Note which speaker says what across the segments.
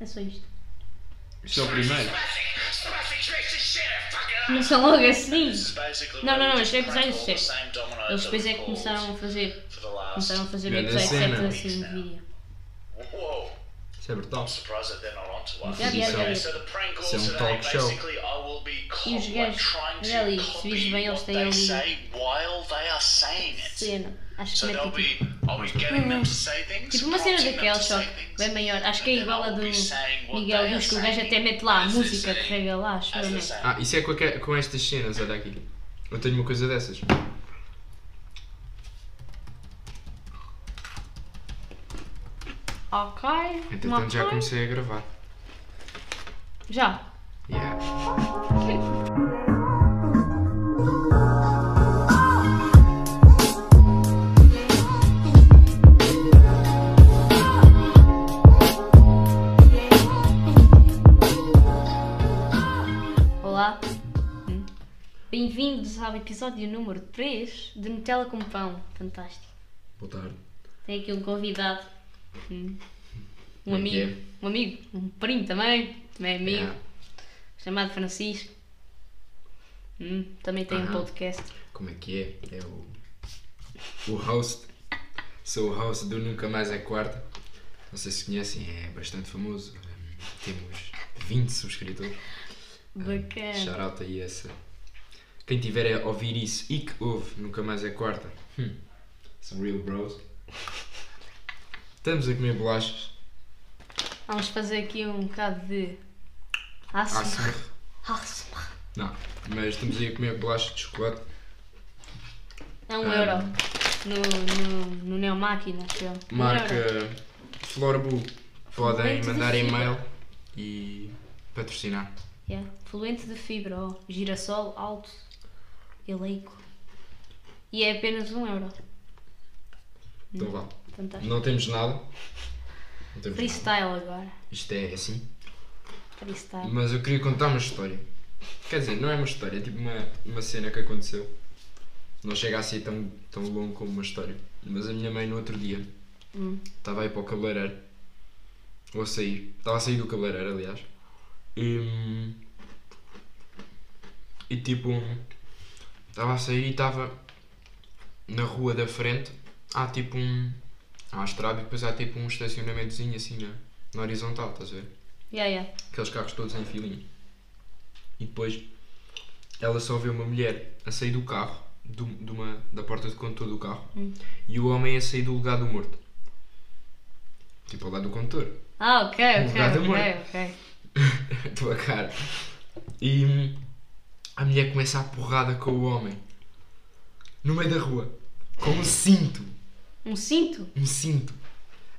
Speaker 1: É só isto.
Speaker 2: Isto é o primeiro.
Speaker 1: Não são logo assim.
Speaker 3: Não, não, não, isto é episódio 7.
Speaker 1: Eles depois é que começaram a fazer. Começaram a fazer o
Speaker 2: Grande
Speaker 1: episódio 7
Speaker 2: cena.
Speaker 1: assim de vídeo.
Speaker 3: Whoa,
Speaker 2: Isso é brutal.
Speaker 3: surprised that they're not onto us.
Speaker 1: Yeah, yeah, yeah.
Speaker 3: So the prank calls
Speaker 2: Isso é um
Speaker 3: today,
Speaker 2: talk show.
Speaker 3: basically, I will be caught,
Speaker 1: os
Speaker 3: like,
Speaker 1: gajos,
Speaker 3: trying to
Speaker 1: olha ali, se
Speaker 3: copy
Speaker 1: vires bem, eles
Speaker 3: what
Speaker 1: têm
Speaker 3: they
Speaker 1: ali-
Speaker 3: say while they are saying it.
Speaker 1: Cena. Acho
Speaker 3: So
Speaker 1: que
Speaker 3: they'll
Speaker 1: mete
Speaker 3: be,
Speaker 1: tipo.
Speaker 3: I'll be getting them to say things,
Speaker 1: Tipo uma cena
Speaker 3: prompting them
Speaker 1: daquele
Speaker 3: to
Speaker 1: só
Speaker 3: say
Speaker 1: que
Speaker 3: things,
Speaker 1: bem maior. Acho que é
Speaker 3: and then
Speaker 1: igual a
Speaker 3: I'll
Speaker 1: do
Speaker 3: be saying what
Speaker 1: Miguel
Speaker 3: they
Speaker 1: Luz, que o
Speaker 3: are
Speaker 1: gajo é
Speaker 3: saying
Speaker 1: até mete lá a
Speaker 3: as they
Speaker 1: música que
Speaker 3: say,
Speaker 1: carrega lá, acho eu,
Speaker 3: as they
Speaker 1: né?
Speaker 3: say.
Speaker 2: Ah, isso é com, aque- com estas cenas, olha aqui. Eu tenho uma coisa dessas.
Speaker 1: Ok.
Speaker 2: Entretanto já
Speaker 1: ok.
Speaker 2: comecei a gravar.
Speaker 1: Já.
Speaker 2: Yeah.
Speaker 1: Olá. Hum. Bem-vindos ao episódio número 3 de Nutella com Pão. Fantástico.
Speaker 2: Boa tarde.
Speaker 1: Tem aqui um convidado. Hum. Um
Speaker 2: Como é que
Speaker 1: amigo. Um amigo. Um primo também. Também é amigo.
Speaker 2: Yeah.
Speaker 1: Chamado Francisco. Hum. Também tem um
Speaker 2: Aham.
Speaker 1: podcast.
Speaker 2: Como é que é? É o. O host. Sou o host do Nunca Mais é Quarta. Não sei se conhecem, é bastante famoso. Hum, Temos 20 subscritores.
Speaker 1: Bacana.
Speaker 2: Shout out aí essa. Quem tiver a ouvir isso e que ouve, nunca mais é quarta. Hum. São real bros. Estamos a comer bolachas.
Speaker 1: Vamos fazer aqui um bocado de.
Speaker 2: Ah,
Speaker 1: ASMR.
Speaker 2: sim.
Speaker 1: ASMR.
Speaker 2: Não, mas estamos aí a comer bolachas de chocolate.
Speaker 1: É um
Speaker 2: Ah.
Speaker 1: euro. No, no, no Neo Máquina, acho eu. Um euro.
Speaker 2: Marca Florbu. Podem
Speaker 1: Fluente de
Speaker 2: mandar
Speaker 1: fibra.
Speaker 2: e-mail e patrocinar.
Speaker 1: Yeah. Fluente de fibra, ó. Girassol alto. Eleico. E é apenas um euro.
Speaker 2: Então vá.
Speaker 1: Fantástico.
Speaker 2: Não temos nada. Não temos nada.
Speaker 1: Freestyle agora.
Speaker 2: Isto é assim.
Speaker 1: Freestyle.
Speaker 2: Mas eu queria contar uma história. Quer dizer, não é uma história, é tipo uma, uma cena que aconteceu. Não chega a ser tão, tão longo como uma história. Mas a minha mãe, no outro dia,
Speaker 1: Hum.
Speaker 2: estava a ir para o cabeleireiro. Ou a sair. Estava a sair do cabeleireiro, aliás. E, e tipo. Estava a sair e estava na rua da frente. Há tipo um. Há a estrada e depois há tipo um estacionamentozinho assim na, na horizontal, estás a ver?
Speaker 1: Yeah, yeah.
Speaker 2: aqueles carros todos em filinha. E depois ela só vê uma mulher a sair do carro, do- de uma- da porta de condutor do carro, e o homem a sair do lugar do morto. Tipo, ao lado do condutor.
Speaker 1: Ah, ok, ok,
Speaker 2: lugar de amor.
Speaker 1: ok, ok.
Speaker 2: tua cara. E hum, a mulher começa a porrada com o homem. No meio da rua. Com um cinto.
Speaker 1: Um cinto?
Speaker 2: Um cinto.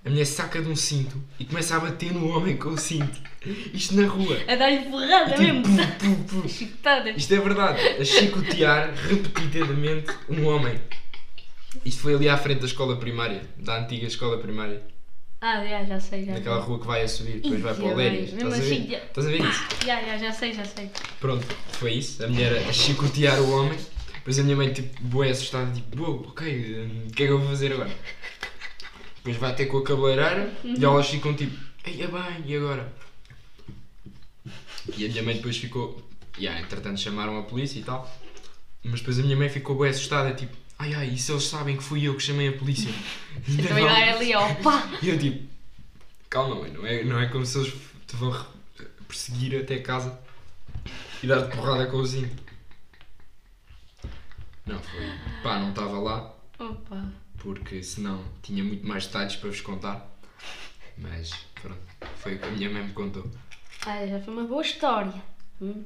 Speaker 2: A mulher saca de um cinto e começa a bater no homem com o cinto. Isto na rua.
Speaker 1: A É dar-lhe ferrada mesmo.
Speaker 2: Pum, pum, pum.
Speaker 1: Chicotada.
Speaker 2: É tipo Isto é verdade, a chicotear repetidamente um homem. Isto foi ali à frente da escola primária, da antiga escola primária,
Speaker 1: Ah, yeah, já sei, já
Speaker 2: naquela
Speaker 1: sei.
Speaker 2: rua que vai a subir, depois
Speaker 1: Ih,
Speaker 2: vai para
Speaker 1: que
Speaker 2: o Lérias.
Speaker 1: bem, mesmo
Speaker 2: Estás a
Speaker 1: assim,
Speaker 2: ver?
Speaker 1: já-
Speaker 2: Estás a ver isso?
Speaker 1: Yeah, yeah, já sei, já sei.
Speaker 2: Pronto, foi isso. A mulher a chicotear o homem. Depois a minha mãe, tipo, boé assustada, tipo, uou, ok, hum, o que é que eu vou fazer agora? Depois vai ter com a cabeleireira e elas ficam tipo, ei, é bem, e agora? E a minha mãe depois ficou, yeah, entretanto chamaram a polícia e tal, mas depois a minha mãe ficou boé assustada, tipo, ai ai, e se eles sabem que fui eu que chamei a polícia?
Speaker 1: Eu também não era ali, ó. Pá!
Speaker 2: E eu tipo, calma mãe, não é, não é como se eles te vão re- perseguir até casa e dar-te porrada com o zinho. Não, foi, pá, não estava lá,
Speaker 1: Opa.
Speaker 2: porque senão tinha muito mais detalhes para vos contar. Mas pronto, foi o que a minha mãe me contou.
Speaker 1: Ah, já foi uma boa história. Hum.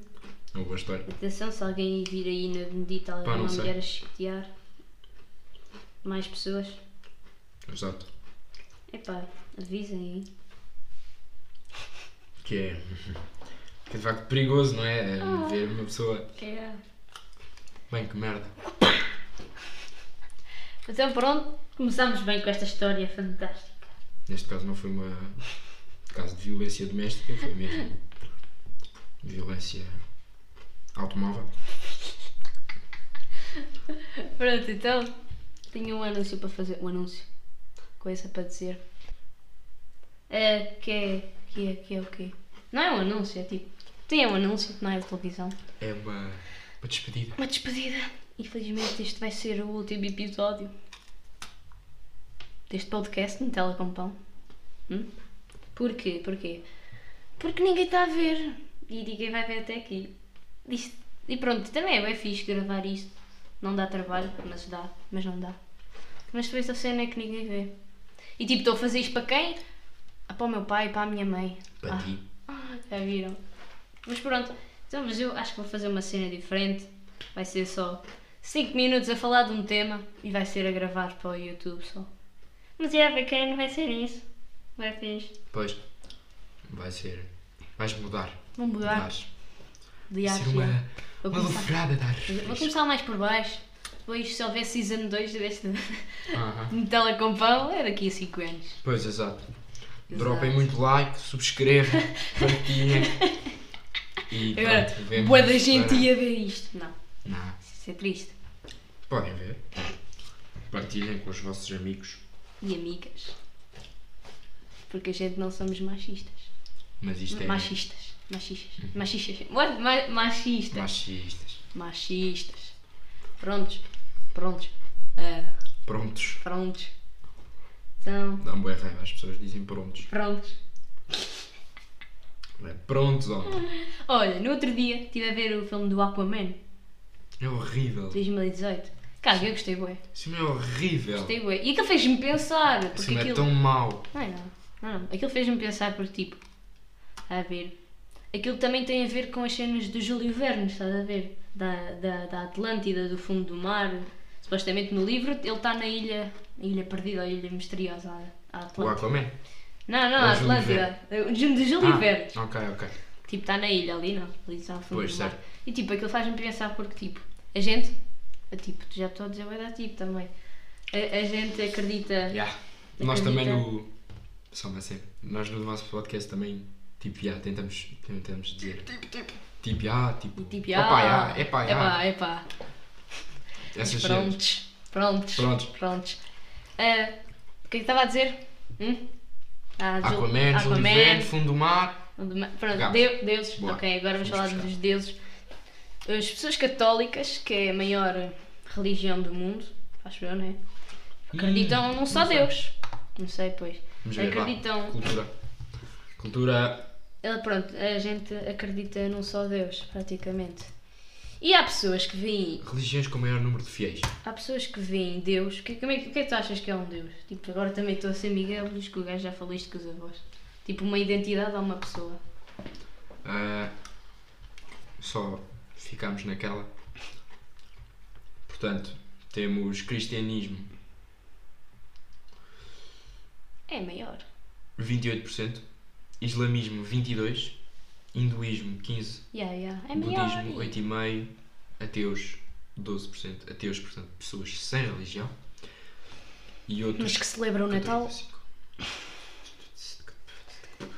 Speaker 2: Uma boa história.
Speaker 1: Atenção, se alguém vir aí na Benedita, alguém
Speaker 2: Pá, não
Speaker 1: uma
Speaker 2: sei.
Speaker 1: mulher a chicotear. Mais pessoas.
Speaker 2: Exato.
Speaker 1: Epá, avisem aí.
Speaker 2: Que é, que é de facto perigoso, não é? É Ver uma pessoa,
Speaker 1: É.
Speaker 2: bem que merda.
Speaker 1: Então pronto, começamos bem com esta história fantástica.
Speaker 2: Neste caso não foi uma caso de violência doméstica, foi mesmo violência automóvel.
Speaker 1: Pronto, então tenho um anúncio para fazer. Um anúncio. Coisa para dizer. É, que é Que é, que é o quê? Não é um anúncio, é tipo. Tem um anúncio que não é de televisão.
Speaker 2: É uma, uma despedida.
Speaker 1: Uma despedida. Infelizmente, este vai ser o último episódio deste podcast no Telecompão. Hum? Porquê? Porquê? Porque ninguém está a ver. E ninguém vai ver até aqui. Isto- E pronto, também é bem fixe gravar isto. Não dá trabalho, mas dá. Mas não dá. Mas depois a cena é que ninguém vê. E tipo, estou a fazer isto para quem? Ah, para o meu pai, para a minha mãe.
Speaker 2: Para
Speaker 1: Ah.
Speaker 2: ti.
Speaker 1: Já viram? Mas pronto, então, mas eu acho que vou fazer uma cena diferente. Vai ser só 5 minutos a falar de um tema e vai ser a gravar para o YouTube só. Mas já bacana, vai ser isso. Vai fixe.
Speaker 2: Pois. Vai ser. Vais mudar.
Speaker 1: Vou mudar
Speaker 2: Vais.
Speaker 1: de
Speaker 2: Ser
Speaker 1: arte.
Speaker 2: uma.
Speaker 1: um Vou
Speaker 2: Uma
Speaker 1: começar.
Speaker 2: lufrada de ar
Speaker 1: Vou
Speaker 2: fresco.
Speaker 1: começar mais por baixo. Depois, se houver season 2 deste
Speaker 2: Aham.
Speaker 1: de telecompão, é daqui a 5 anos.
Speaker 2: Pois, exato.
Speaker 1: Exato.
Speaker 2: Dropem muito like, subscrevam, partilhem. E
Speaker 1: Agora,
Speaker 2: pronto, vemos
Speaker 1: boa da gente
Speaker 2: para-
Speaker 1: ia ver isto. Não,
Speaker 2: Não,
Speaker 1: isso é triste.
Speaker 2: podem ver. Partilhem com os vossos amigos.
Speaker 1: E amigas. Porque a gente não somos machistas.
Speaker 2: Mas isto é.
Speaker 1: Machistas. Machistas. Machistas. What? Ma machistas.
Speaker 2: Machistas.
Speaker 1: Machistas. Prontos. Prontos. Ah,
Speaker 2: Prontos.
Speaker 1: prontos. Então,
Speaker 2: Dá-me boa raiva, as pessoas dizem prontos.
Speaker 1: prontos.
Speaker 2: Não é Prontos, homem.
Speaker 1: Olha, no outro dia estive a ver o filme do Aquaman,
Speaker 2: É horrível.
Speaker 1: 2018. Cara, eu gostei bué.
Speaker 2: Isso é horrível.
Speaker 1: Gostei bué. E aquilo fez-me pensar. Porque
Speaker 2: Isso é
Speaker 1: aquilo...
Speaker 2: tão mau.
Speaker 1: Não, é não. não, não. Aquilo fez-me pensar por tipo. A ver. Aquilo também tem a ver com as cenas do Júlio Verne, estás a ver? Da, da, da Atlântida, do fundo do mar. Supostamente no livro ele está na ilha. A ilha perdida, a ilha misteriosa. A, a
Speaker 2: O
Speaker 1: Atlântida.
Speaker 2: Aquaman.
Speaker 1: Não, não,
Speaker 2: Ou
Speaker 1: a
Speaker 2: É o Júlio
Speaker 1: Atlântida. O Júlio- do Júlio Verne.
Speaker 2: Ah, ok, ok.
Speaker 1: Tipo, está na ilha ali, não? Ali está ao fundo
Speaker 2: Pois,
Speaker 1: do mar.
Speaker 2: certo.
Speaker 1: E tipo, aquilo faz-me pensar porque tipo, a gente. a, tipo, já estou a dizer vai dar tipo também. A, a gente acredita.
Speaker 2: Yeah. Nós também
Speaker 1: Acredita?
Speaker 2: no. Só uma cena. Nós no nosso podcast também, tipo, yeah, tentamos, tentamos dizer. Tipo, tipo. Tipo, yeah, tipo.
Speaker 1: Tipo,
Speaker 2: Opa,
Speaker 1: ah,
Speaker 2: yeah, epá, yeah.
Speaker 1: epá, epá.
Speaker 2: Essas cenas.
Speaker 1: Prontos, prontos,
Speaker 2: Prontos.
Speaker 1: prontos. Ah, o que é que estava a dizer? Hum? Ah, Jul-
Speaker 2: Aquaman, Júlio Verne, fundo do mar.
Speaker 1: onde um ma- Pronto,
Speaker 2: Gás.
Speaker 1: deu- deuses.
Speaker 2: Boa.
Speaker 1: Ok, agora vamos
Speaker 2: Vamos
Speaker 1: falar
Speaker 2: buscar.
Speaker 1: dos deuses. As pessoas católicas, que é a maior religião do mundo, acho eu, não é? Acreditam num só
Speaker 2: não sei.
Speaker 1: Deus. Não sei, pois.
Speaker 2: Vamos ver, vá.
Speaker 1: Acreditam.
Speaker 2: Cultura. Cultura.
Speaker 1: Ah, Pronto, a gente acredita num só Deus, praticamente. E há pessoas que veem
Speaker 2: Religiões com maior número de fiéis.
Speaker 1: Há pessoas que veem Deus. Que, como é, que- o que é que tu achas que é um Deus? Tipo, agora também estou a ser Miguel, diz que o gajo já falou isto com os avós. Tipo, uma identidade a uma pessoa.
Speaker 2: Ah, só ficamos naquela. Portanto, temos cristianismo
Speaker 1: É maior.
Speaker 2: 28%, islamismo 22%, hinduísmo 15%,
Speaker 1: Yeah, yeah. É maior.
Speaker 2: budismo 8,5%, ateus 12%, ateus, portanto, pessoas sem religião, e
Speaker 1: Mas
Speaker 2: outros
Speaker 1: que celebram o Natal,
Speaker 2: 45.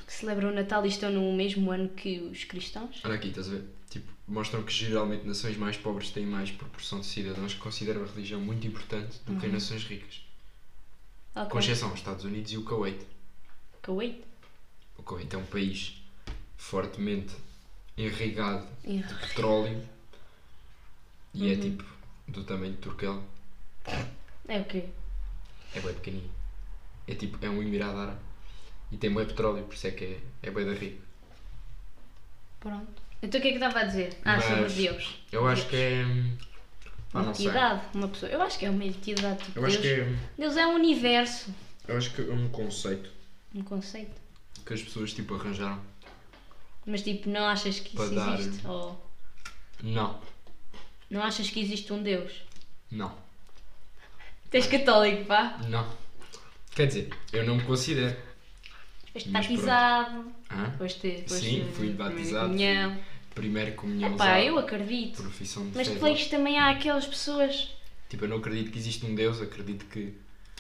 Speaker 1: que celebram o Natal e estão no mesmo ano que os cristãos.
Speaker 2: Olha aqui, estás a ver? Tipo, mostram que geralmente nações mais pobres têm mais proporção de cidadãos que consideram a religião muito importante do
Speaker 1: Uhum.
Speaker 2: que nações ricas. Com
Speaker 1: Ok.
Speaker 2: exceção aos Estados Unidos e o Kuwait.
Speaker 1: Kuwait.
Speaker 2: O Kuwait é um país fortemente enraigado
Speaker 1: Yeah.
Speaker 2: de petróleo e
Speaker 1: Uhum.
Speaker 2: é tipo do tamanho de Turquel.
Speaker 1: É o quê?
Speaker 2: É bem pequenino. É tipo, é um Emirado Árabe. E tem bem petróleo, por isso é que é, é bem da rico.
Speaker 1: Pronto. Então o que é que estava a dizer? Ah, sobre
Speaker 2: Mas
Speaker 1: Deus.
Speaker 2: Eu acho que é. hum, pá,
Speaker 1: Uma
Speaker 2: não sei.
Speaker 1: entidade, uma pessoa. Eu acho que é uma entidade. Tipo,
Speaker 2: Eu acho
Speaker 1: Deus.
Speaker 2: que é.
Speaker 1: Deus é um universo.
Speaker 2: Eu acho que é um conceito
Speaker 1: Um conceito.
Speaker 2: que as pessoas tipo arranjaram.
Speaker 1: Mas tipo, não achas que isso
Speaker 2: Para dar-
Speaker 1: existe? Ou
Speaker 2: Não,
Speaker 1: não achas que existe um Deus?
Speaker 2: não,
Speaker 1: Tens católico, pá.
Speaker 2: não. Quer dizer, eu não me considero.
Speaker 1: Foste
Speaker 2: Mas
Speaker 1: batizado.
Speaker 2: Hã?
Speaker 1: Foste, foste
Speaker 2: Sim, fui
Speaker 1: primeira
Speaker 2: batizado.
Speaker 1: Comunhão.
Speaker 2: Primeiro comunhão.
Speaker 1: Pá,
Speaker 2: usado,
Speaker 1: eu acredito.
Speaker 2: Profissão de
Speaker 1: Mas
Speaker 2: fé.
Speaker 1: depois também há aquelas pessoas.
Speaker 2: Tipo, eu não acredito que existe um Deus, acredito que.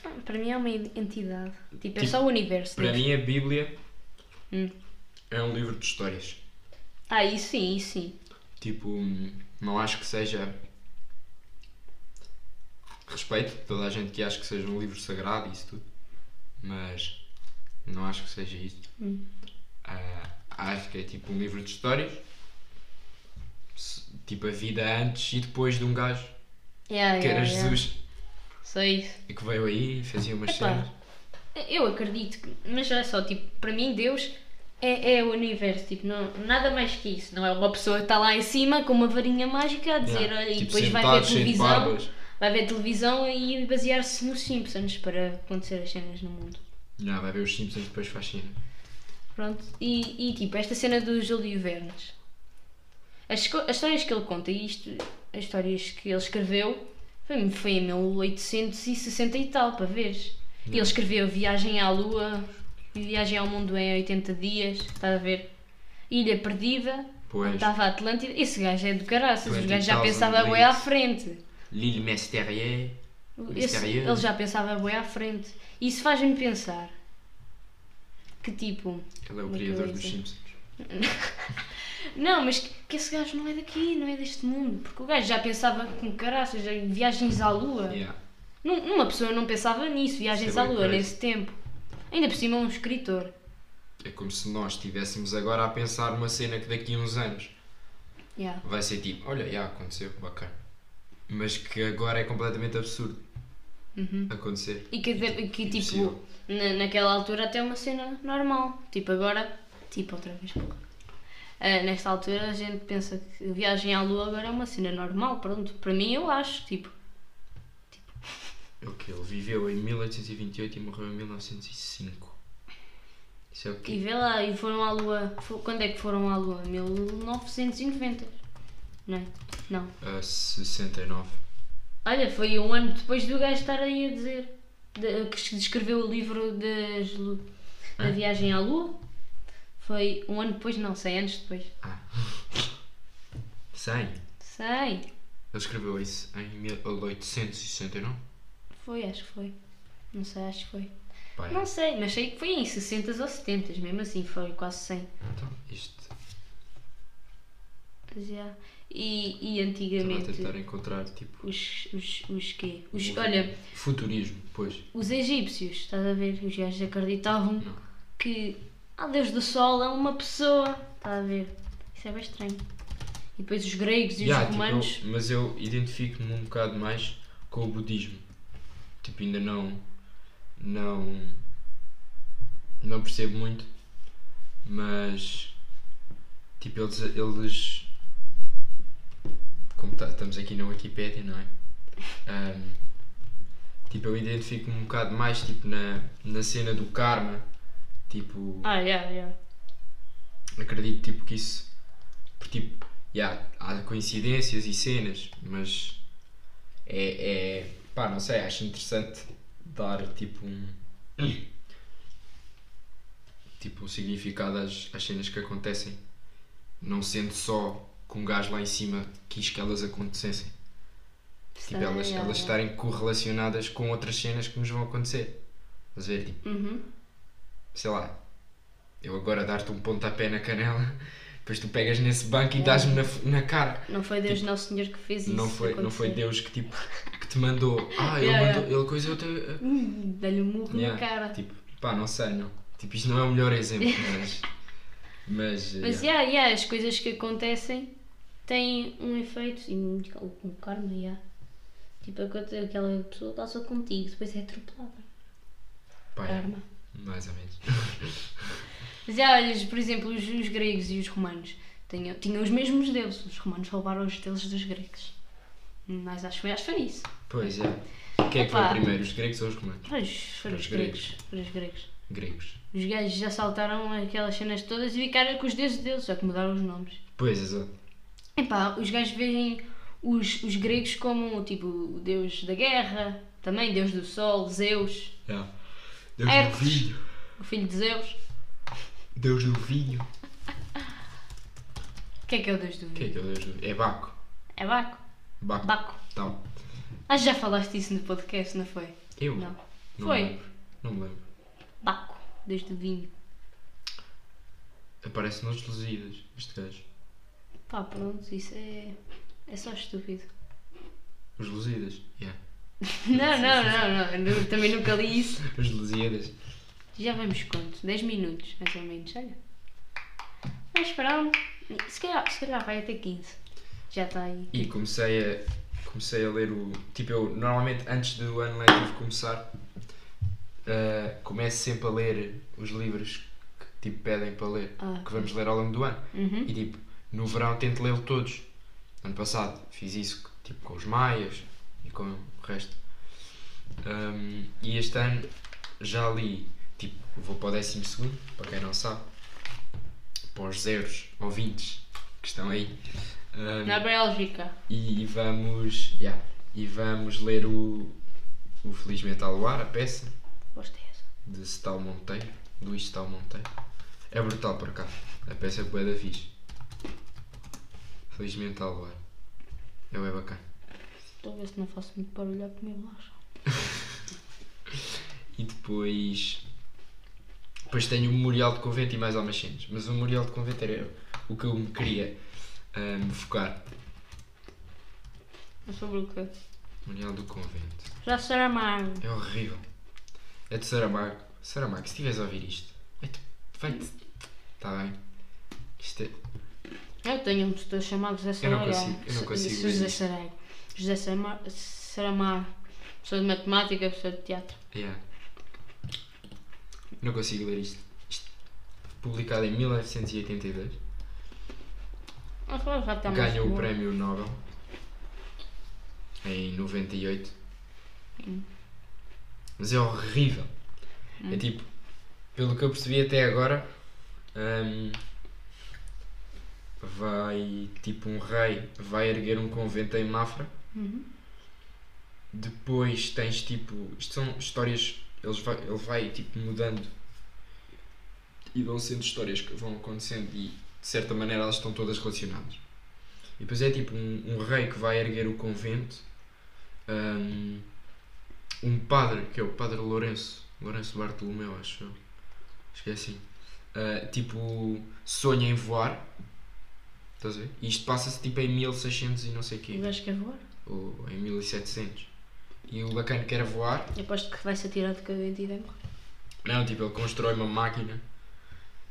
Speaker 1: Ah, Para mim é uma entidade. Tipo, é
Speaker 2: Tipo,
Speaker 1: só o universo.
Speaker 2: Para
Speaker 1: Deus.
Speaker 2: mim, a Bíblia
Speaker 1: Hum.
Speaker 2: é um livro de histórias.
Speaker 1: Ah, isso sim, isso sim.
Speaker 2: Tipo, hum, não acho que seja. Respeito toda a gente que acha que seja
Speaker 1: Hum.
Speaker 2: um livro sagrado e isso tudo, mas não acho que seja isso. Ah, acho que é tipo um livro de histórias. Se- Tipo a vida antes e depois de um gajo
Speaker 1: Yeah,
Speaker 2: que era
Speaker 1: yeah, yeah.
Speaker 2: Jesus
Speaker 1: Só isso.
Speaker 2: e que veio aí e fazia umas
Speaker 1: Epá.
Speaker 2: cenas.
Speaker 1: Eu acredito, que- mas é só, tipo, para mim Deus é, é o universo, tipo, não, nada mais que isso. Não é uma pessoa que está lá em cima com uma varinha mágica a dizer,
Speaker 2: Yeah.
Speaker 1: olha, e
Speaker 2: Tipo,
Speaker 1: depois vai
Speaker 2: sentado,
Speaker 1: ver
Speaker 2: cheio de
Speaker 1: televisão,
Speaker 2: barbas.
Speaker 1: vai ver televisão e basear-se nos Simpsons para acontecer as cenas no mundo.
Speaker 2: Não, vai ver os Simpsons depois faz cena.
Speaker 1: Pronto, e, e tipo, esta cena do Júlio Vernes. As, co- as histórias que ele conta e isto, as histórias que ele escreveu foi, foi em 1860 e tal, para veres. E Ele escreveu Viagem à Lua, Viagem ao Mundo em 80 Dias, estás a ver? Ilha Perdida,
Speaker 2: Pois.
Speaker 1: estava a Atlântida. Esse gajo é do caraças, o gajo já
Speaker 2: 20,000
Speaker 1: pensava bué à
Speaker 2: leagues.
Speaker 1: frente.
Speaker 2: Lille Mesterier.
Speaker 1: Esse-
Speaker 2: Misterioso.
Speaker 1: ele já pensava bué à frente. Isso faz-me pensar que tipo.
Speaker 2: Ele é o
Speaker 1: Como é que eu
Speaker 2: criador
Speaker 1: ia
Speaker 2: dos
Speaker 1: dizer?
Speaker 2: Simpsons.
Speaker 1: Não, mas que, que esse gajo não é daqui, não é deste mundo. Porque o gajo já pensava com caraças em viagens à lua.
Speaker 2: Yeah.
Speaker 1: Num- Uma pessoa não pensava nisso, viagens
Speaker 2: Isso é
Speaker 1: à
Speaker 2: bem
Speaker 1: lua,
Speaker 2: crazy.
Speaker 1: nesse tempo. Ainda por cima, um escritor.
Speaker 2: É como se nós estivéssemos agora a pensar uma cena que daqui a uns anos
Speaker 1: Yeah.
Speaker 2: vai ser tipo, olha, já aconteceu, bacana. Mas que agora é completamente absurdo acontecer.
Speaker 1: E que, de- que tipo,
Speaker 2: Impossível.
Speaker 1: na, naquela altura até é uma cena normal. Tipo, agora, tipo, outra vez. porra. Ah, nesta altura a gente pensa que viagem à lua agora é uma cena normal. Pronto, para mim eu acho, tipo.
Speaker 2: É o que ele viveu em 1828 e morreu em 1905. Isso é o
Speaker 1: E
Speaker 2: quê?
Speaker 1: vê lá, e foram à lua. fo- Quando é que foram à lua? 1990. Não é? Não.
Speaker 2: A 69.
Speaker 1: Olha, foi um ano depois do gajo estar aí a dizer. de- que escreveu o livro das lu- da viagem à lua. Foi um ano depois, não, 100 anos depois.
Speaker 2: Ah. 100. Ele
Speaker 1: Sei.
Speaker 2: escreveu isso em 1869.
Speaker 1: Foi, acho que foi. Não sei, acho que foi.
Speaker 2: Pai,
Speaker 1: Não sei, mas sei que foi em 60 ou 70, mesmo assim, foi quase 100.
Speaker 2: então, isto.
Speaker 1: Mas, já. é. E, e
Speaker 2: Estava a
Speaker 1: antigamente,
Speaker 2: tentar encontrar, tipo.
Speaker 1: os, os, os quê? Os,
Speaker 2: um-
Speaker 1: olha,
Speaker 2: Futurismo, pois.
Speaker 1: Os egípcios, estás a ver? Os gajos acreditavam
Speaker 2: Não.
Speaker 1: que ah, Deus do Sol é uma pessoa, estás a ver? Isso é bem estranho. E depois os gregos e
Speaker 2: Yeah,
Speaker 1: os
Speaker 2: tipo,
Speaker 1: romanos.
Speaker 2: eu- mas eu identifico-me um bocado mais com o budismo. Tipo, ainda não. Não. Não percebo muito. Mas. Tipo, eles. eles como tá- estamos aqui na Wikipédia, não é? Ahm, tipo, eu identifico-me um bocado mais tipo, na, na cena do karma. Tipo
Speaker 1: Ah, yeah, yeah.
Speaker 2: acredito tipo que isso porque tipo yeah, há coincidências e cenas mas é, é pá não sei acho interessante dar tipo um tipo um significado às, às cenas que acontecem não sendo só que um gajo lá em cima quis que elas acontecessem tipo
Speaker 1: Está-
Speaker 2: elas,
Speaker 1: yeah, yeah.
Speaker 2: elas estarem correlacionadas com outras cenas que nos vão acontecer Estás a ver tipo
Speaker 1: Uhum.
Speaker 2: sei lá, eu agora dar-te um pontapé na canela, depois tu pegas nesse banco e dás-me na, f- na cara.
Speaker 1: Não foi Deus Nosso Senhor que fez isso.
Speaker 2: Tipo, Não foi, não foi
Speaker 1: acontecer.
Speaker 2: Deus que tipo que te mandou. Ah, ele
Speaker 1: Yeah,
Speaker 2: mandou, ele coisou te eh,
Speaker 1: Hum, Dá-lhe um murro na cara.
Speaker 2: Tipo, pá, não sei, não. Tipo, isto não é o melhor exemplo, mas mas, eh,
Speaker 1: Mas yeah,
Speaker 2: yeah.
Speaker 1: yeah, as coisas que acontecem têm um efeito e um, um karma, yeah. Tipo, aconte- aquela pessoa está só contigo, depois é atropelada.
Speaker 2: Pá, yeah,
Speaker 1: Karma.
Speaker 2: mais ou menos.
Speaker 1: Mas já olhas, por exemplo, os, os gregos e os romanos tinham, tinham os mesmos deuses. Os romanos roubaram os deuses dos gregos. Mas acho que foi, acho que foi isso.
Speaker 2: Pois é. Quem é que foi
Speaker 1: Opa.
Speaker 2: primeiro, os gregos ou os romanos?
Speaker 1: Foram os, foram
Speaker 2: Os
Speaker 1: os gregos. Foram os gregos.
Speaker 2: Gregos.
Speaker 1: Os gajos já saltaram aquelas cenas todas e ficaram com os deuses deles, só que mudaram os nomes.
Speaker 2: Pois, exato.
Speaker 1: Epá, os gajos veem os, os gregos como tipo o deus da guerra, também deus do sol, Zeus,
Speaker 2: Yeah. Deus
Speaker 1: Hércules.
Speaker 2: do vinho.
Speaker 1: o filho de Zeus.
Speaker 2: Deus do vinho.
Speaker 1: O que é que é o deus do
Speaker 2: Quem é
Speaker 1: vinho?
Speaker 2: que é o Deus do vinho? É Baco.
Speaker 1: É Baco.
Speaker 2: Baco.
Speaker 1: Baco.
Speaker 2: Tal.
Speaker 1: Ah, já falaste isso no podcast, não foi?
Speaker 2: Eu?
Speaker 1: Não.
Speaker 2: Não
Speaker 1: Foi.
Speaker 2: Me lembro. Não me lembro.
Speaker 1: Baco, deus do vinho.
Speaker 2: Aparece nos Lusíadas, este gajo.
Speaker 1: Pá, pronto, isso é. É só estúpido.
Speaker 2: Os Lusíadas? Yeah.
Speaker 1: Não, não, não, não, eu nu- também nunca li isso.
Speaker 2: Os Lusíadas.
Speaker 1: Já vamos quanto? 10 minutos, mais ou menos, olha. Mas pronto, se calhar, se calhar vai até 15. Já está aí.
Speaker 2: E comecei a, comecei a ler o. Tipo, eu normalmente antes do ano letivo começar, eh, começo sempre a ler os livros que tipo, pedem para ler,
Speaker 1: Ah,
Speaker 2: que vamos ler ao longo do ano.
Speaker 1: Uhum.
Speaker 2: E tipo, no verão tento lê-lo todos. Ano passado fiz isso tipo, com os Maias e com o resto. Ahm, e este ano já li, tipo, vou para o décimo segundo, para quem não sabe, para os zeros, ouvintes que estão aí. Ahm,
Speaker 1: Na Bélgica.
Speaker 2: e, e vamos. yeah, e vamos ler o, o Felizmente ao Luar, a peça,
Speaker 1: Gostei dessa.
Speaker 2: de Setal Monteiro, Luís Setal Monteiro. É brutal por cá. A peça é bué da fixe. Felizmente ao Luar. É bem bacana.
Speaker 1: Estou a ver se não faço muito barulho à minha bolacha.
Speaker 2: E depois. Depois tenho o Memorial de Convento e mais algumas cenas. Mas o Memorial de Convento era o que eu me queria ah, me focar.
Speaker 1: Mas É sobre o quê?
Speaker 2: Memorial do Convento.
Speaker 1: Já será amargo.
Speaker 2: É horrível. É de Saramago. Saramago, se estiveres a ouvir isto, vai-te. Vai-te. Está bem. Isto é.
Speaker 1: Eu tenho um tutor chamado José
Speaker 2: Eu não
Speaker 1: Saramago.
Speaker 2: consigo- eu não
Speaker 1: Se-
Speaker 2: consigo
Speaker 1: José
Speaker 2: ver isto.
Speaker 1: Saramago. José Saramago. Saramago. Pessoa de matemática, pessoa de teatro.
Speaker 2: Yeah. Não consigo ler isto. isto. Publicado em 1982.
Speaker 1: Mas agora já está tá mais
Speaker 2: Ganhou o
Speaker 1: boa.
Speaker 2: prémio Nobel em 98. Mas é horrível. É tipo, pelo que eu percebi até agora, hum, vai tipo um rei vai erguer um convento em Mafra.
Speaker 1: Uhum.
Speaker 2: Depois tens tipo. Isto são histórias. Eles vai, ele vai tipo mudando e vão sendo histórias que vão acontecendo e de certa maneira elas estão todas relacionadas. E depois é tipo um, um rei que vai erguer o convento, hum, um, padre, que é o padre Lourenço, Lourenço Bartolomeu, acho eu, acho que é assim, ah, tipo, sonha em voar, estás a ver? E isto passa-se tipo em 1600 e não sei
Speaker 1: O
Speaker 2: quê,
Speaker 1: gajo quer voar.
Speaker 2: ou em 1700. E o bacana que era voar,
Speaker 1: Eu aposto que vai-se atirar de cabelo e dentro.
Speaker 2: não, tipo, ele constrói uma máquina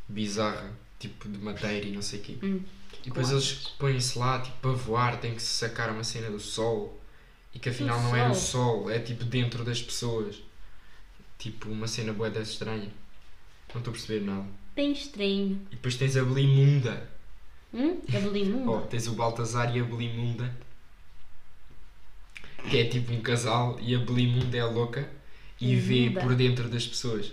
Speaker 2: bizarra, tipo de madeira e não sei o quê.
Speaker 1: Hum.
Speaker 2: E depois
Speaker 1: Claro.
Speaker 2: eles põem-se lá, tipo, a voar, tem que se sacar uma cena do sol. E que afinal
Speaker 1: Do
Speaker 2: não era o sol, é tipo dentro das pessoas. Tipo, uma cena bué dessa estranha. Não estou a perceber nada.
Speaker 1: Bem estranho.
Speaker 2: E depois tens a Belimunda.
Speaker 1: Hum? Cabelo imundo.
Speaker 2: Oh, tens o Baltazar e a Belimunda. Que é tipo um casal e a Belimunda é louca e vê
Speaker 1: Belimunda.
Speaker 2: por dentro das pessoas.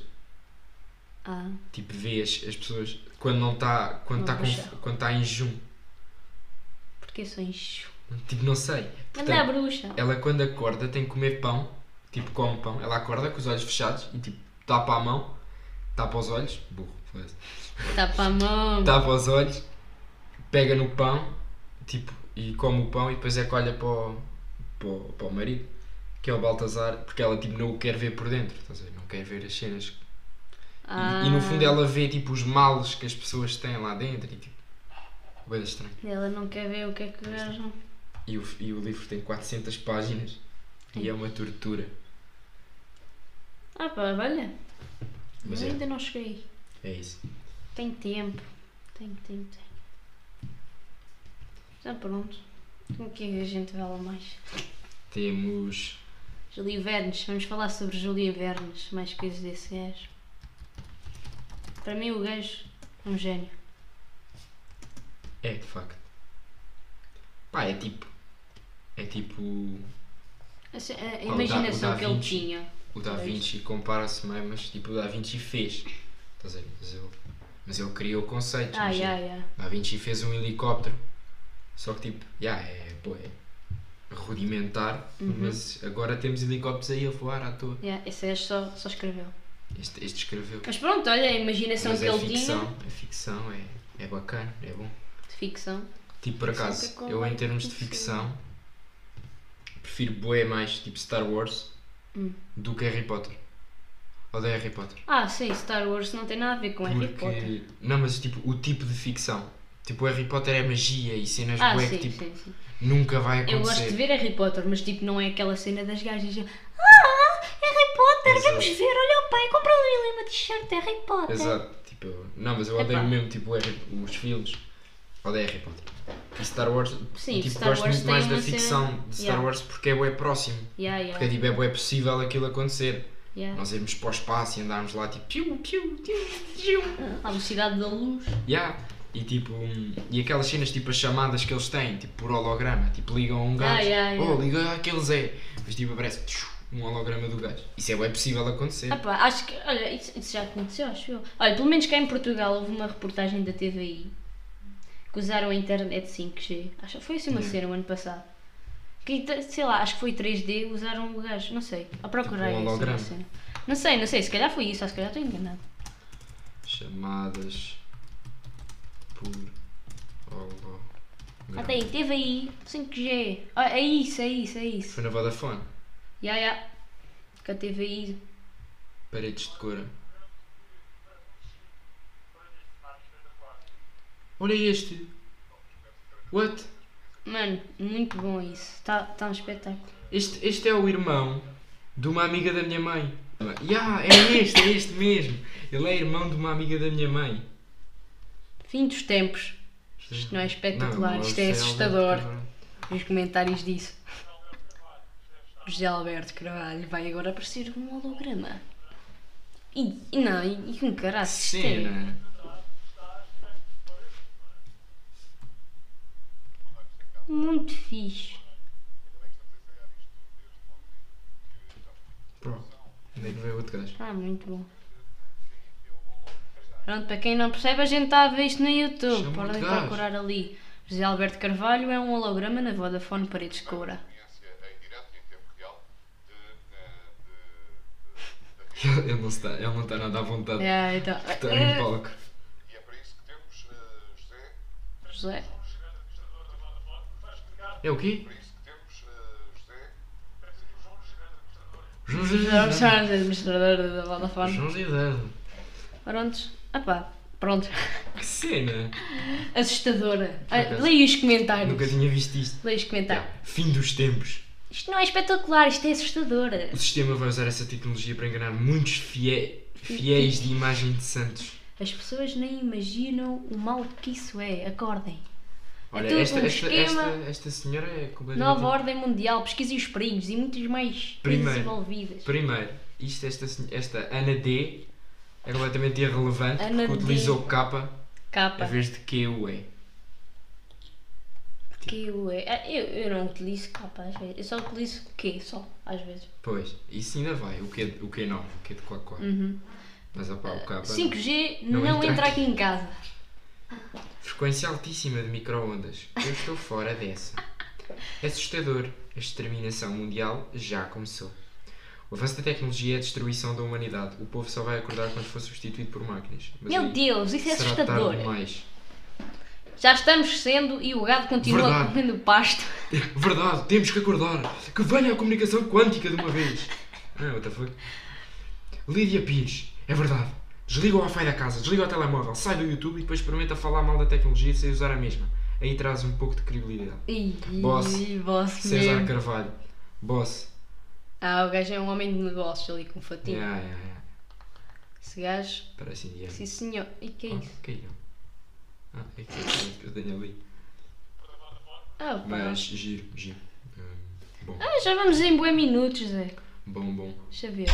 Speaker 1: Ah.
Speaker 2: Tipo, vê as, as pessoas quando não está quando
Speaker 1: Não
Speaker 2: tá
Speaker 1: puxa.
Speaker 2: com- quando tá em junho.
Speaker 1: Porque sou enxo.
Speaker 2: Tipo, não sei.
Speaker 1: Anda a bruxa.
Speaker 2: Ela quando acorda tem que comer pão, tipo come pão, ela acorda com os olhos fechados e tipo tapa a mão, tapa os olhos, burro, foda-se.
Speaker 1: Tapa a mão.
Speaker 2: tapa os olhos, pega no pão, tipo, e come o pão e depois é que olha para o, para o, para o marido, que é o Baltazar, porque ela tipo não o quer ver por dentro, estás a ver? não quer ver as cenas. E-
Speaker 1: Ah.
Speaker 2: E, no fundo ela vê tipo os males que as pessoas têm lá dentro e tipo, coisa estranha.
Speaker 1: Ela não quer ver o que é que vejam.
Speaker 2: E o, e o livro tem 400 páginas e é uma tortura.
Speaker 1: Ah pá, olha.
Speaker 2: Mas
Speaker 1: eu
Speaker 2: é,
Speaker 1: ainda não cheguei.
Speaker 2: é isso.
Speaker 1: Tenho tempo. Tenho, tenho, tenho. Já pronto. Com o que é que a gente fala mais?
Speaker 2: Temos.
Speaker 1: Júlio Vernes. Vamos falar sobre Júlio Vernes. Mais coisas desse gajo. Para mim o gajo é um gênio.
Speaker 2: É, de facto. Pá, é tipo. É tipo.
Speaker 1: Assim, a- a
Speaker 2: Oh, o Da- o
Speaker 1: imaginação
Speaker 2: Da
Speaker 1: que ele
Speaker 2: Vinci.
Speaker 1: tinha.
Speaker 2: O Da
Speaker 1: Pois.
Speaker 2: Vinci compara-se meio, mas tipo, o Da Vinci fez. Estás a ver? Mas ele, mas ele criou conceitos.
Speaker 1: Ai,
Speaker 2: imagina.
Speaker 1: ai, ai.
Speaker 2: tipo, Da Vinci fez um helicóptero. Só que tipo, já é, pô, é rudimentar,
Speaker 1: Uhum.
Speaker 2: mas agora temos helicópteros aí a voar à toa.
Speaker 1: Yeah, esse gajo só, só escreveu.
Speaker 2: Este, este escreveu.
Speaker 1: Mas pronto, olha, a imaginação
Speaker 2: Mas
Speaker 1: que
Speaker 2: é
Speaker 1: ele
Speaker 2: ficção,
Speaker 1: tinha.
Speaker 2: é ficção, é, é bacana, é bom.
Speaker 1: De ficção.
Speaker 2: Tipo, por
Speaker 1: Ficção
Speaker 2: acaso,
Speaker 1: É que convém
Speaker 2: eu em termos de
Speaker 1: conhecer.
Speaker 2: ficção prefiro bué mais tipo Star Wars
Speaker 1: Hum.
Speaker 2: do que Harry Potter. Odeio Harry Potter.
Speaker 1: Ah, sim, Star Wars não tem nada a ver com um Harry Potter.
Speaker 2: Porque... Não, mas tipo, o tipo de ficção. Tipo, o Harry Potter é magia e cenas
Speaker 1: Ah,
Speaker 2: bué
Speaker 1: sim,
Speaker 2: que tipo, é
Speaker 1: sim, sim.
Speaker 2: nunca vai
Speaker 1: Eu gosto de
Speaker 2: acontecer.
Speaker 1: é ver Harry Potter, mas tipo, não é aquela cena das gajas. Ah, Harry Potter,
Speaker 2: Exato.
Speaker 1: vamos ver, olha o pai, comprou ali uma t-shirt de Harry Potter.
Speaker 2: Exato, tipo, eu- não, mas eu odeio
Speaker 1: Epá.
Speaker 2: mesmo tipo Harry, os filmes. Odeio Harry Potter. E Star Wars,
Speaker 1: Sim,
Speaker 2: tipo,
Speaker 1: Star
Speaker 2: gosto
Speaker 1: Wars
Speaker 2: muito
Speaker 1: tem
Speaker 2: mais da
Speaker 1: uma cena-
Speaker 2: ficção de Star
Speaker 1: Yeah.
Speaker 2: Wars porque é bué próximo.
Speaker 1: Yeah, yeah,
Speaker 2: Porque tipo, é bué possível aquilo acontecer.
Speaker 1: yeah.
Speaker 2: Nós irmos para o espaço e andarmos lá tipo piu, piu, piu, piu.
Speaker 1: A velocidade da luz.
Speaker 2: Yeah. E tipo, hum, e aquelas cenas tipo as chamadas que eles têm, tipo por holograma, tipo ligam a um gajo,
Speaker 1: yeah, yeah.
Speaker 2: oh liga àquele Zé, mas tipo aparece tchiu, um holograma do gajo. Isso é bem possível acontecer.
Speaker 1: Ah pá, acho que, olha, isso, isso já aconteceu, acho eu. Olha, pelo menos cá em Portugal houve uma reportagem da TVI que usaram a internet 5G. Acho que foi assim uma
Speaker 2: Yeah.
Speaker 1: cena o ano passado. Que, t- sei lá, acho que foi 3D, usaram o gajo, não sei. A procurar
Speaker 2: Tipo um
Speaker 1: assim, uma
Speaker 2: holograma.
Speaker 1: cena. Não sei, não sei, se calhar foi isso, ou se calhar estou enganado.
Speaker 2: Chamadas por holograma.
Speaker 1: Até aí, TVI, 5G. Ah, é isso, é isso, é isso.
Speaker 2: Foi na Vodafone,
Speaker 1: Ya, ya. Que a TVI.
Speaker 2: paredes de cor. Olha este. What?
Speaker 1: Mano, muito bom isso. Está tá um espetáculo.
Speaker 2: Este, este é o irmão de uma amiga da minha mãe. Ya, é este, é este mesmo. Ele é irmão de uma amiga da minha mãe.
Speaker 1: Fim dos tempos. Isto não é espetacular,
Speaker 2: Não,
Speaker 1: isto é
Speaker 2: José
Speaker 1: assustador.
Speaker 2: Alberto Carvalho.
Speaker 1: Os comentários disso. José Alberto Carvalho vai agora aparecer um holograma. E, e não, e, e com é caralho.
Speaker 2: Cena.
Speaker 1: Muito fixe.
Speaker 2: Bro, onde é que veio o outro gajo?
Speaker 1: Ah, muito bom. Pronto, para quem não percebe, a gente está a ver isto no YouTube.
Speaker 2: Chama
Speaker 1: Podem
Speaker 2: é muito gajo.
Speaker 1: procurar ali. José Alberto Carvalho é um holograma na Vodafone Paredes de Coura.
Speaker 4: experiência em direto é e em tempo real de, eh, de- de- da vida.
Speaker 2: Ele não está, ele não está nada à vontade.
Speaker 1: É, então.
Speaker 2: Está no palco.
Speaker 4: E é para isso que temos, eh, José,
Speaker 1: José.
Speaker 2: É o quê?
Speaker 4: para isso que temos, eh, José,
Speaker 2: João
Speaker 1: Vamos
Speaker 2: Zidane.
Speaker 1: chamar administrador da Vodafone.
Speaker 2: João Zidane.
Speaker 1: Prontos? Ah pá, pronto.
Speaker 2: Que cena.
Speaker 1: Assustadora. Ah,
Speaker 2: acaso.
Speaker 1: Leia os comentários.
Speaker 2: Nunca tinha visto isto.
Speaker 1: Leia os comentários.
Speaker 2: Ya, Fim dos tempos.
Speaker 1: Isto não é espetacular, isto é assustadora.
Speaker 2: O sistema vai usar essa tecnologia para enganar muitos fie- fiéis de imagem de santos.
Speaker 1: As pessoas nem imaginam o mal que isso é. Acordem.
Speaker 2: Olha,
Speaker 1: tudo
Speaker 2: esta,
Speaker 1: um
Speaker 2: esta,
Speaker 1: esquema.
Speaker 2: esta, esta senhora é completamente.
Speaker 1: Nova ordem mundial, pesquisem os perigos e muitas mais
Speaker 2: Primeiro.
Speaker 1: coisas envolvidas.
Speaker 2: Primeiro, isto, esta, sen- esta Ana D é completamente irrelevante
Speaker 1: Ana
Speaker 2: porque
Speaker 1: D.
Speaker 2: utilizou capa
Speaker 1: Capa.
Speaker 2: em vez de QE.
Speaker 1: Que eu, é- eu, eu não utilizo capa às vezes. Eu só utilizo o quê? Só, às vezes.
Speaker 2: Pois, isso ainda vai. O que o Q9, o que de quá quá.
Speaker 1: Uhum.
Speaker 2: Mas opá, o
Speaker 1: Ah,
Speaker 2: capa.
Speaker 1: 5G
Speaker 2: Não
Speaker 1: não,
Speaker 2: entra
Speaker 1: entra, aqui em casa.
Speaker 2: Frequência altíssima de microondas. Eu estou fora dessa. É assustador. A exterminação mundial já começou. O avanço da tecnologia é a destruição da humanidade. O povo só vai acordar quando for substituído por máquinas. Mas
Speaker 1: Meu
Speaker 2: aí
Speaker 1: Deus, isso é
Speaker 2: será tarde
Speaker 1: assustador.
Speaker 2: demais.
Speaker 1: Já estamos sendo e o gado continua
Speaker 2: Verdade.
Speaker 1: comendo pasto.
Speaker 2: Verdade, temos que acordar. Que venha a comunicação quântica de uma vez. Ah, what the fuck? Lídia Pires, é verdade. Desliga o Wi-Fi da casa, desliga o telemóvel, sai do YouTube e depois experimenta falar mal da tecnologia sem usar a mesma. Aí traz um pouco de credibilidade.
Speaker 1: Ih,
Speaker 2: Boss.
Speaker 1: boss
Speaker 2: César
Speaker 1: mesmo.
Speaker 2: Carvalho, boss.
Speaker 1: Ah, o gajo é um homem de negócios ali com fatinho.
Speaker 2: Yeah, yeah, yeah.
Speaker 1: Esse gajo,
Speaker 2: Parece indiano.
Speaker 1: sim senhor. E que é
Speaker 2: Oh,
Speaker 1: isso?
Speaker 2: que é eu? Ah, é que é que eu tenho ali.
Speaker 1: Ah, pá.
Speaker 2: Mas giro, giro. Hum, bom,
Speaker 1: Ah, já vamos em bué minutos, Zé.
Speaker 2: bom, bom.
Speaker 1: Deixa eu ver.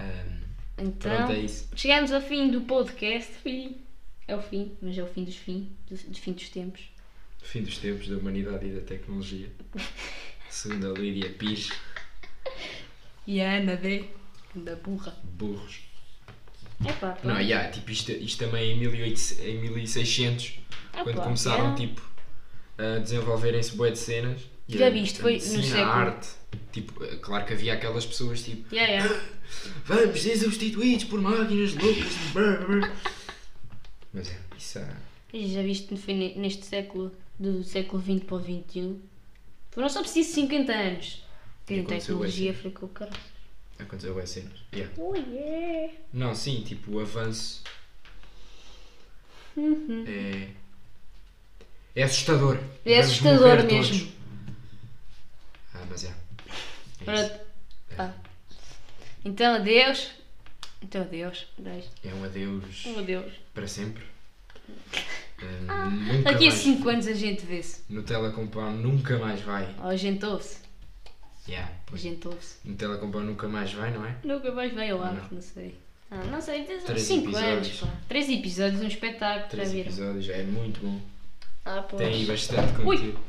Speaker 2: Hum,
Speaker 1: Então,
Speaker 2: pronto, é isso.
Speaker 1: chegamos ao fim do podcast. Fim. É o fim, mas é o fim dos fins, do, do fim dos tempos.
Speaker 2: Fim dos tempos da humanidade e da tecnologia. Segundo a Lídia Pires,
Speaker 1: E a Ana D, da burra.
Speaker 2: burros.
Speaker 1: É pá,
Speaker 2: Não, yeah, tipo, isto, isto também é em, 1800, em 1600,
Speaker 1: Ah,
Speaker 2: quando
Speaker 1: pá,
Speaker 2: começaram
Speaker 1: yeah.
Speaker 2: tipo, a desenvolverem-se boé de cenas. e
Speaker 1: Já
Speaker 2: a-
Speaker 1: viste,
Speaker 2: a
Speaker 1: foi no
Speaker 2: medicina,
Speaker 1: século.
Speaker 2: A arte. Tipo, é claro que havia aquelas pessoas tipo,
Speaker 1: Yeah, yeah.
Speaker 2: vamos ser substituídos por máquinas loucas. de brá, brá." Mas é, isso há.
Speaker 1: E Já viste no fim- neste século, do século XX para o XXI? Foram só preciso 50 anos. Que
Speaker 2: E
Speaker 1: a
Speaker 2: aconteceu bué assim.
Speaker 1: tecnologia
Speaker 2: cenas.
Speaker 1: foi com o caralho.
Speaker 2: Aconteceu boé cenas. Yeah.
Speaker 1: Oh yeah!
Speaker 2: Não, sim, tipo, o avanço
Speaker 1: Uhum.
Speaker 2: é. É assustador.
Speaker 1: É
Speaker 2: Vamos
Speaker 1: assustador
Speaker 2: morrer todos.
Speaker 1: mesmo.
Speaker 2: Ah, mas é. é isso.
Speaker 1: Pronto. Pá. Então adeus. Então adeus. Beijo.
Speaker 2: É um adeus
Speaker 1: Um adeus.
Speaker 2: para sempre. Eh, nunca
Speaker 1: Daqui a
Speaker 2: mais.
Speaker 1: 5 anos a gente vê-se.
Speaker 2: Nutella com pão nunca mais vai.
Speaker 1: Ou a gente ouve-se.
Speaker 2: Yeah,
Speaker 1: A
Speaker 2: pois.
Speaker 1: gente ouve-se.
Speaker 2: Nutella com pão nunca mais vai, não é?
Speaker 1: Nunca mais veio ao ar,
Speaker 2: Não.
Speaker 1: não, sei. Ah, não sei, desde uns
Speaker 2: Três
Speaker 1: 5 anos.
Speaker 2: episódios.
Speaker 1: Pá. 3 episódios, um espetáculo para
Speaker 2: Três
Speaker 1: vir.
Speaker 2: episódios, é muito bom.
Speaker 1: Ah, pois.
Speaker 2: Tem bastante conteúdo.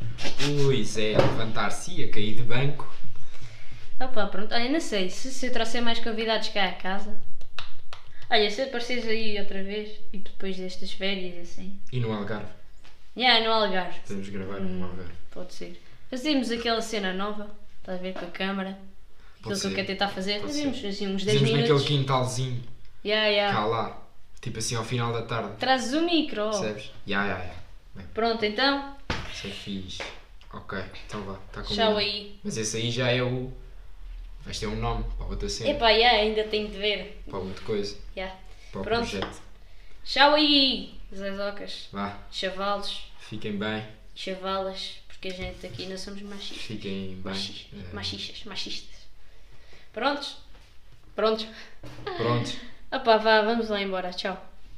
Speaker 2: Ui, Zé, levantar-se a cair de banco.
Speaker 1: Opa, Ah, pronto. Olha, não sei, se, se eu trouxer mais convidados cá a casa. Olha, se apareceres aí outra vez, e depois destas férias, assim.
Speaker 2: E no Algarve.
Speaker 1: Yeah, no Algarve.
Speaker 2: Podemos gravar
Speaker 1: Hum.
Speaker 2: no Algarve.
Speaker 1: Pode ser. Fazemos aquela cena nova, estás a ver, com a câmara. Aquilo
Speaker 2: Pode
Speaker 1: que eu
Speaker 2: ser.
Speaker 1: quero tentar fazer.
Speaker 2: Pode
Speaker 1: Fazemos
Speaker 2: ser.
Speaker 1: assim uns 10
Speaker 2: Fizemos naquele
Speaker 1: minutos.
Speaker 2: quintalzinho,
Speaker 1: Yeah, yeah. Oh.
Speaker 2: cá lá. Tipo assim, ao final da tarde.
Speaker 1: Trazes o micro.
Speaker 2: Percebes? Ya, ya, ya. Bem,
Speaker 1: Pronto, então.
Speaker 2: isso é fixe. Ok, então vá, está combinado.
Speaker 1: Tchau aí.
Speaker 2: Mas esse aí já é o. Vais ter um nome para outra cena,
Speaker 1: Epá, yeah, ainda tenho de ver.
Speaker 2: para outra coisa,
Speaker 1: Yeah.
Speaker 2: para o
Speaker 1: Pronto.
Speaker 2: projeto.
Speaker 1: Tchau aí, Zezocas,
Speaker 2: Vá,
Speaker 1: chavalos,
Speaker 2: fiquem bem,
Speaker 1: chavalas, porque a gente aqui não somos machistas.
Speaker 2: fiquem bem.
Speaker 1: Machistas,
Speaker 2: eh,
Speaker 1: machistas, machistas. Prontos? Prontos?
Speaker 2: Prontos.
Speaker 1: Opa, vá, vamos lá embora. Tchau.